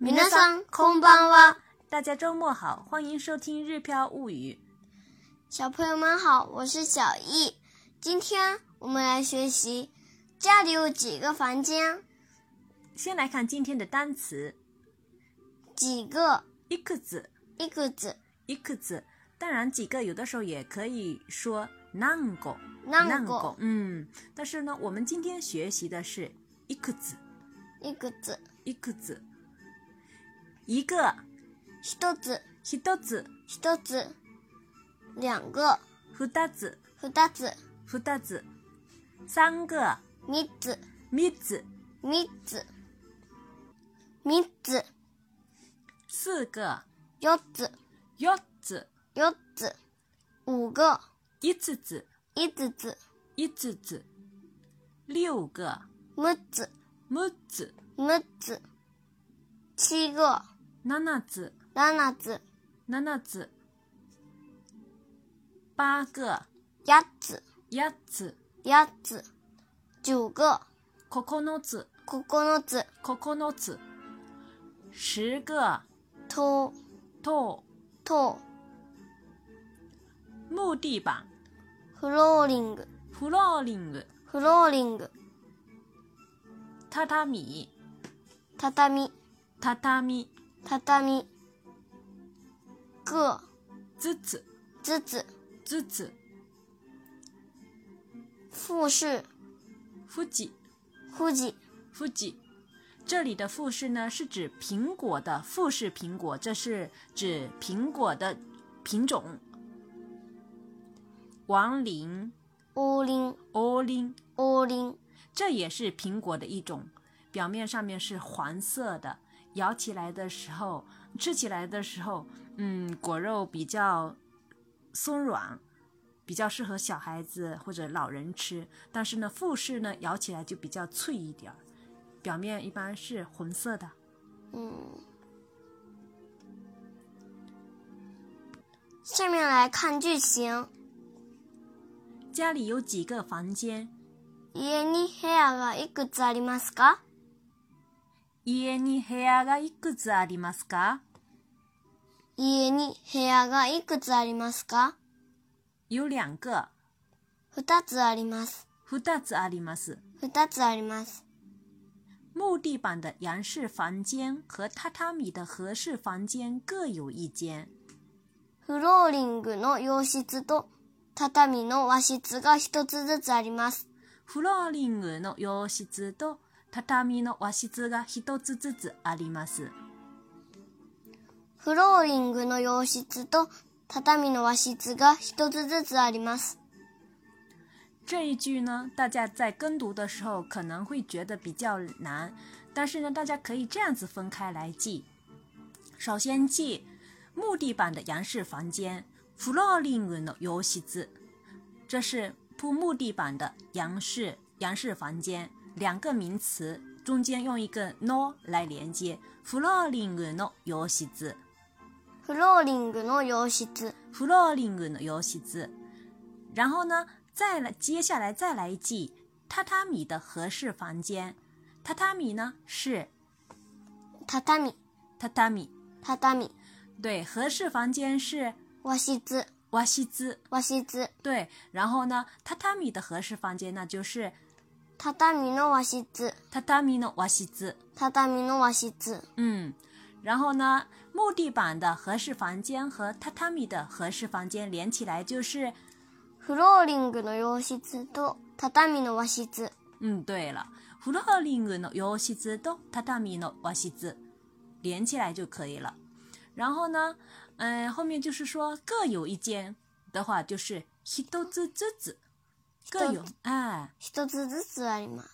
皆さんこんばんは。大家周末好，欢迎收听《日飘物语小朋友们好，我是小易。今天我们来学习家里有几个房间？》。啊先来看今天的单词几个？ “いくつ”，いくつ？いくつ。当然，几个有的时候也可以说何個，何個個。嗯，但是呢，我们今天学习的是“いくついくつ？”，いくつ。一个，一つ、一つ、一つ。两个、二つ、二つ、二つ。三个，三つ、三つ。三つ。三つ、四个，四つ、四つ。四つ。五个、五つ、五つ、五つ。六个，六つ、六つ。六つ。七个、七つ、七つ、七つ。八个，八つ、八つ。八つ。九个、九つ、九つ、九つ。十个，と、と。と、木地板，フローリング、フローリング。フローリング。榻米，畳、榻米。畳。个、ずつ、ずつ、ずつ。富士、富士。富士。富士。这里的富士呢，是指苹果的富士苹果，这是指苹果的品种。王林、王林、欧林，王林。这也是苹果的一种，表面上面是黄色的，咬起来的时候，吃起来的时候，嗯，果肉比较松软，比较适合小孩子或者老人吃。但是呢，富士呢，咬起来就比较脆一点儿，表面一般是红色的。嗯。下面来看剧情。家里有几个房间？家に部屋がいくつありますか家に部屋がいくつありますか？家に部屋がいくつありますか有两个，二つあります。二つあります。二つあります。木地板的洋式房间和榻榻米的合适房间各有一间。フローリングの洋室と畳の和室が一つずつあります。フローリングの洋室と畳の和室が一つずつあります。フローリングの洋室と畳の和室が一つずつあります。这一句呢，大家在跟读的时候可能会觉得比较难，但是呢，大家可以这样子分开来记。首先记木地板的洋式房间 （flooring の洋室），这是铺木地板的洋式洋式房间，两个名词中间用一个 “no” 来连接 （flooring の洋室）。フローリングの洋室。フローリングの洋室。然后呢，再来接下来再来记榻榻米的合适房间。榻榻米呢是畳、榻榻米，畳。对，合适房间是和室、和室，和室。对。然后呢，榻榻米的合适房间那就是畳の和室、榻榻米的和室，畳の和室。嗯。然后呢，木地板的合适房间和榻榻米的合适房间连起来就是フローリングの洋室と畳の和室。嗯，对了，フローリングの洋室と榻米の和室连起来就可以了。然后呢，嗯、后面就是说各有一间的话，就是一つずつ，各有一つ哎，一つずつあります。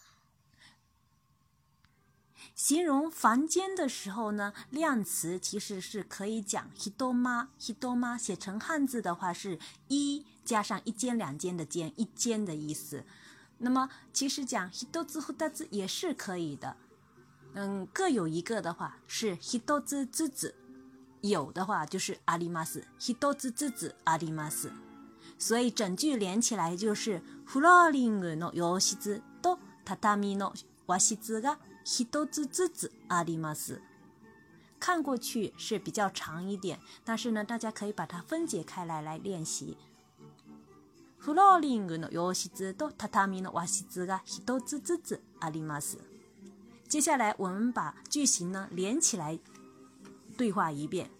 形容房间的时候呢，量词其实是可以讲 hidoma hidoma，写成汉字的话是一加上一间两间的间，一间的意思。那么其实讲 hidozu hudazu 也是可以的，嗯，各有一个的话是 hidozu 之子，有的话就是 arimas hidozu 之子 arimas。所以整句连起来就是フローリングの洋室と畳の和室が一つずつあります。看过去是比较长一点，但是呢，大家可以把它分解开来来练习。フローリングの洋室と畳の和室が一つずつあります。接下来我们把句型呢连起来对话一遍。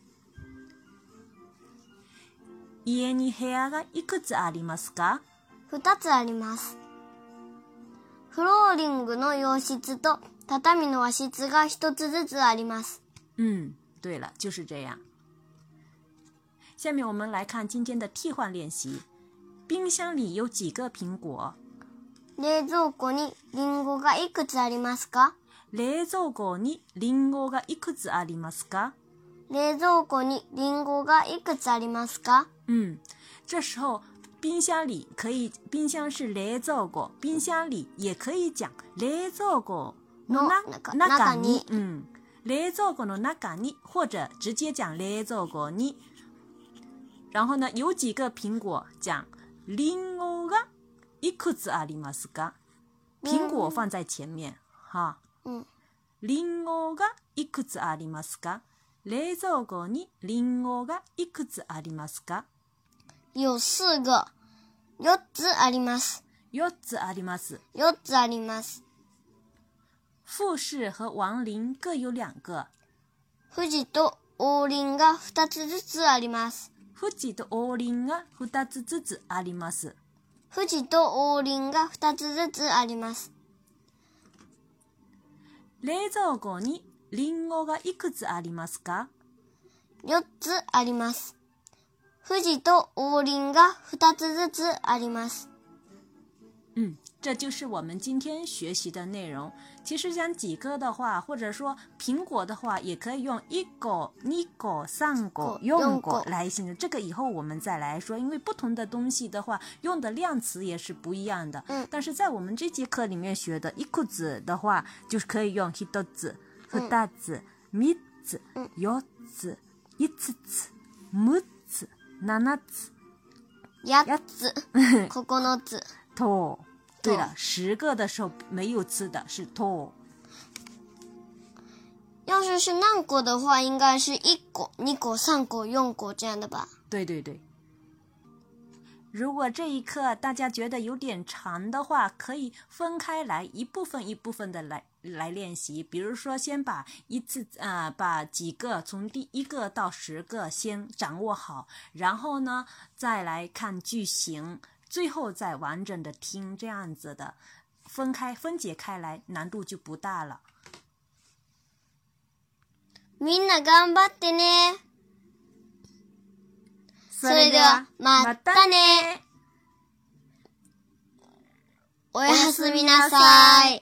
家に部屋がいくつありますか？二つあります。フローリングの洋室と畳の和室が一つずつあります。嗯，对了，就是这样。下面我们来看今天的替换练习。冰箱里有几个苹果？冷蔵庫にリンゴがいくつありますか冷蔵庫にリンゴがいくつありますか？冷蔵庫にリンゴがいくつありますか嗯，这时候冰箱里可以，冰箱是冷蔵庫，冰箱里也可以讲冷蔵庫のの中中中に嗯，冷蔵庫の中に，或者直接讲冷蔵庫に。然后呢，有几个苹果讲啊リンゴがいくつありますか？苹果放在前面，哈。啊うん。リンゴがいくつありますか？冷蔵庫にリンゴがいくつありますか？有四个。四つあります。 4つあります。四つあります。富士和王林各有两个。富士と王林が二つずつあります。富士と王林が2つずつあります。富士と王林が二つずつあります。冷蔵庫にリンゴがいくつありますか？四つあります。富士と王林が二つずつあります。嗯，这就是我们今天学习的内容。其实讲几个的话，或者说苹果的话，也可以用一个、二个、三个个、用用过过来形容。这个以后我们再来说，因为不同的东西的话，用的量词也是不一样的。嗯但是在我们这节课里面学的“一裤子”的话，就是可以用“一豆子”、“二大子”、“米子”、嗯“有子”、“一次子”、“木子”、“七子”。八つ、九つ。と。对了と，十个的时候没有吃的是と。要是是何個的话，应该是一個、二個、三個、四個这样的吧。对对对。如果这一课大家觉得有点长的话，可以分开来，一部分一部分的来来练习。比如说，先把一次啊、呃把几个从第一个到十个先掌握好，然后呢再来看句型，最后再完整的听，这样子的分开分解开来，难度就不大了。みんな頑張ってね。それではまたね。おやすみなさい。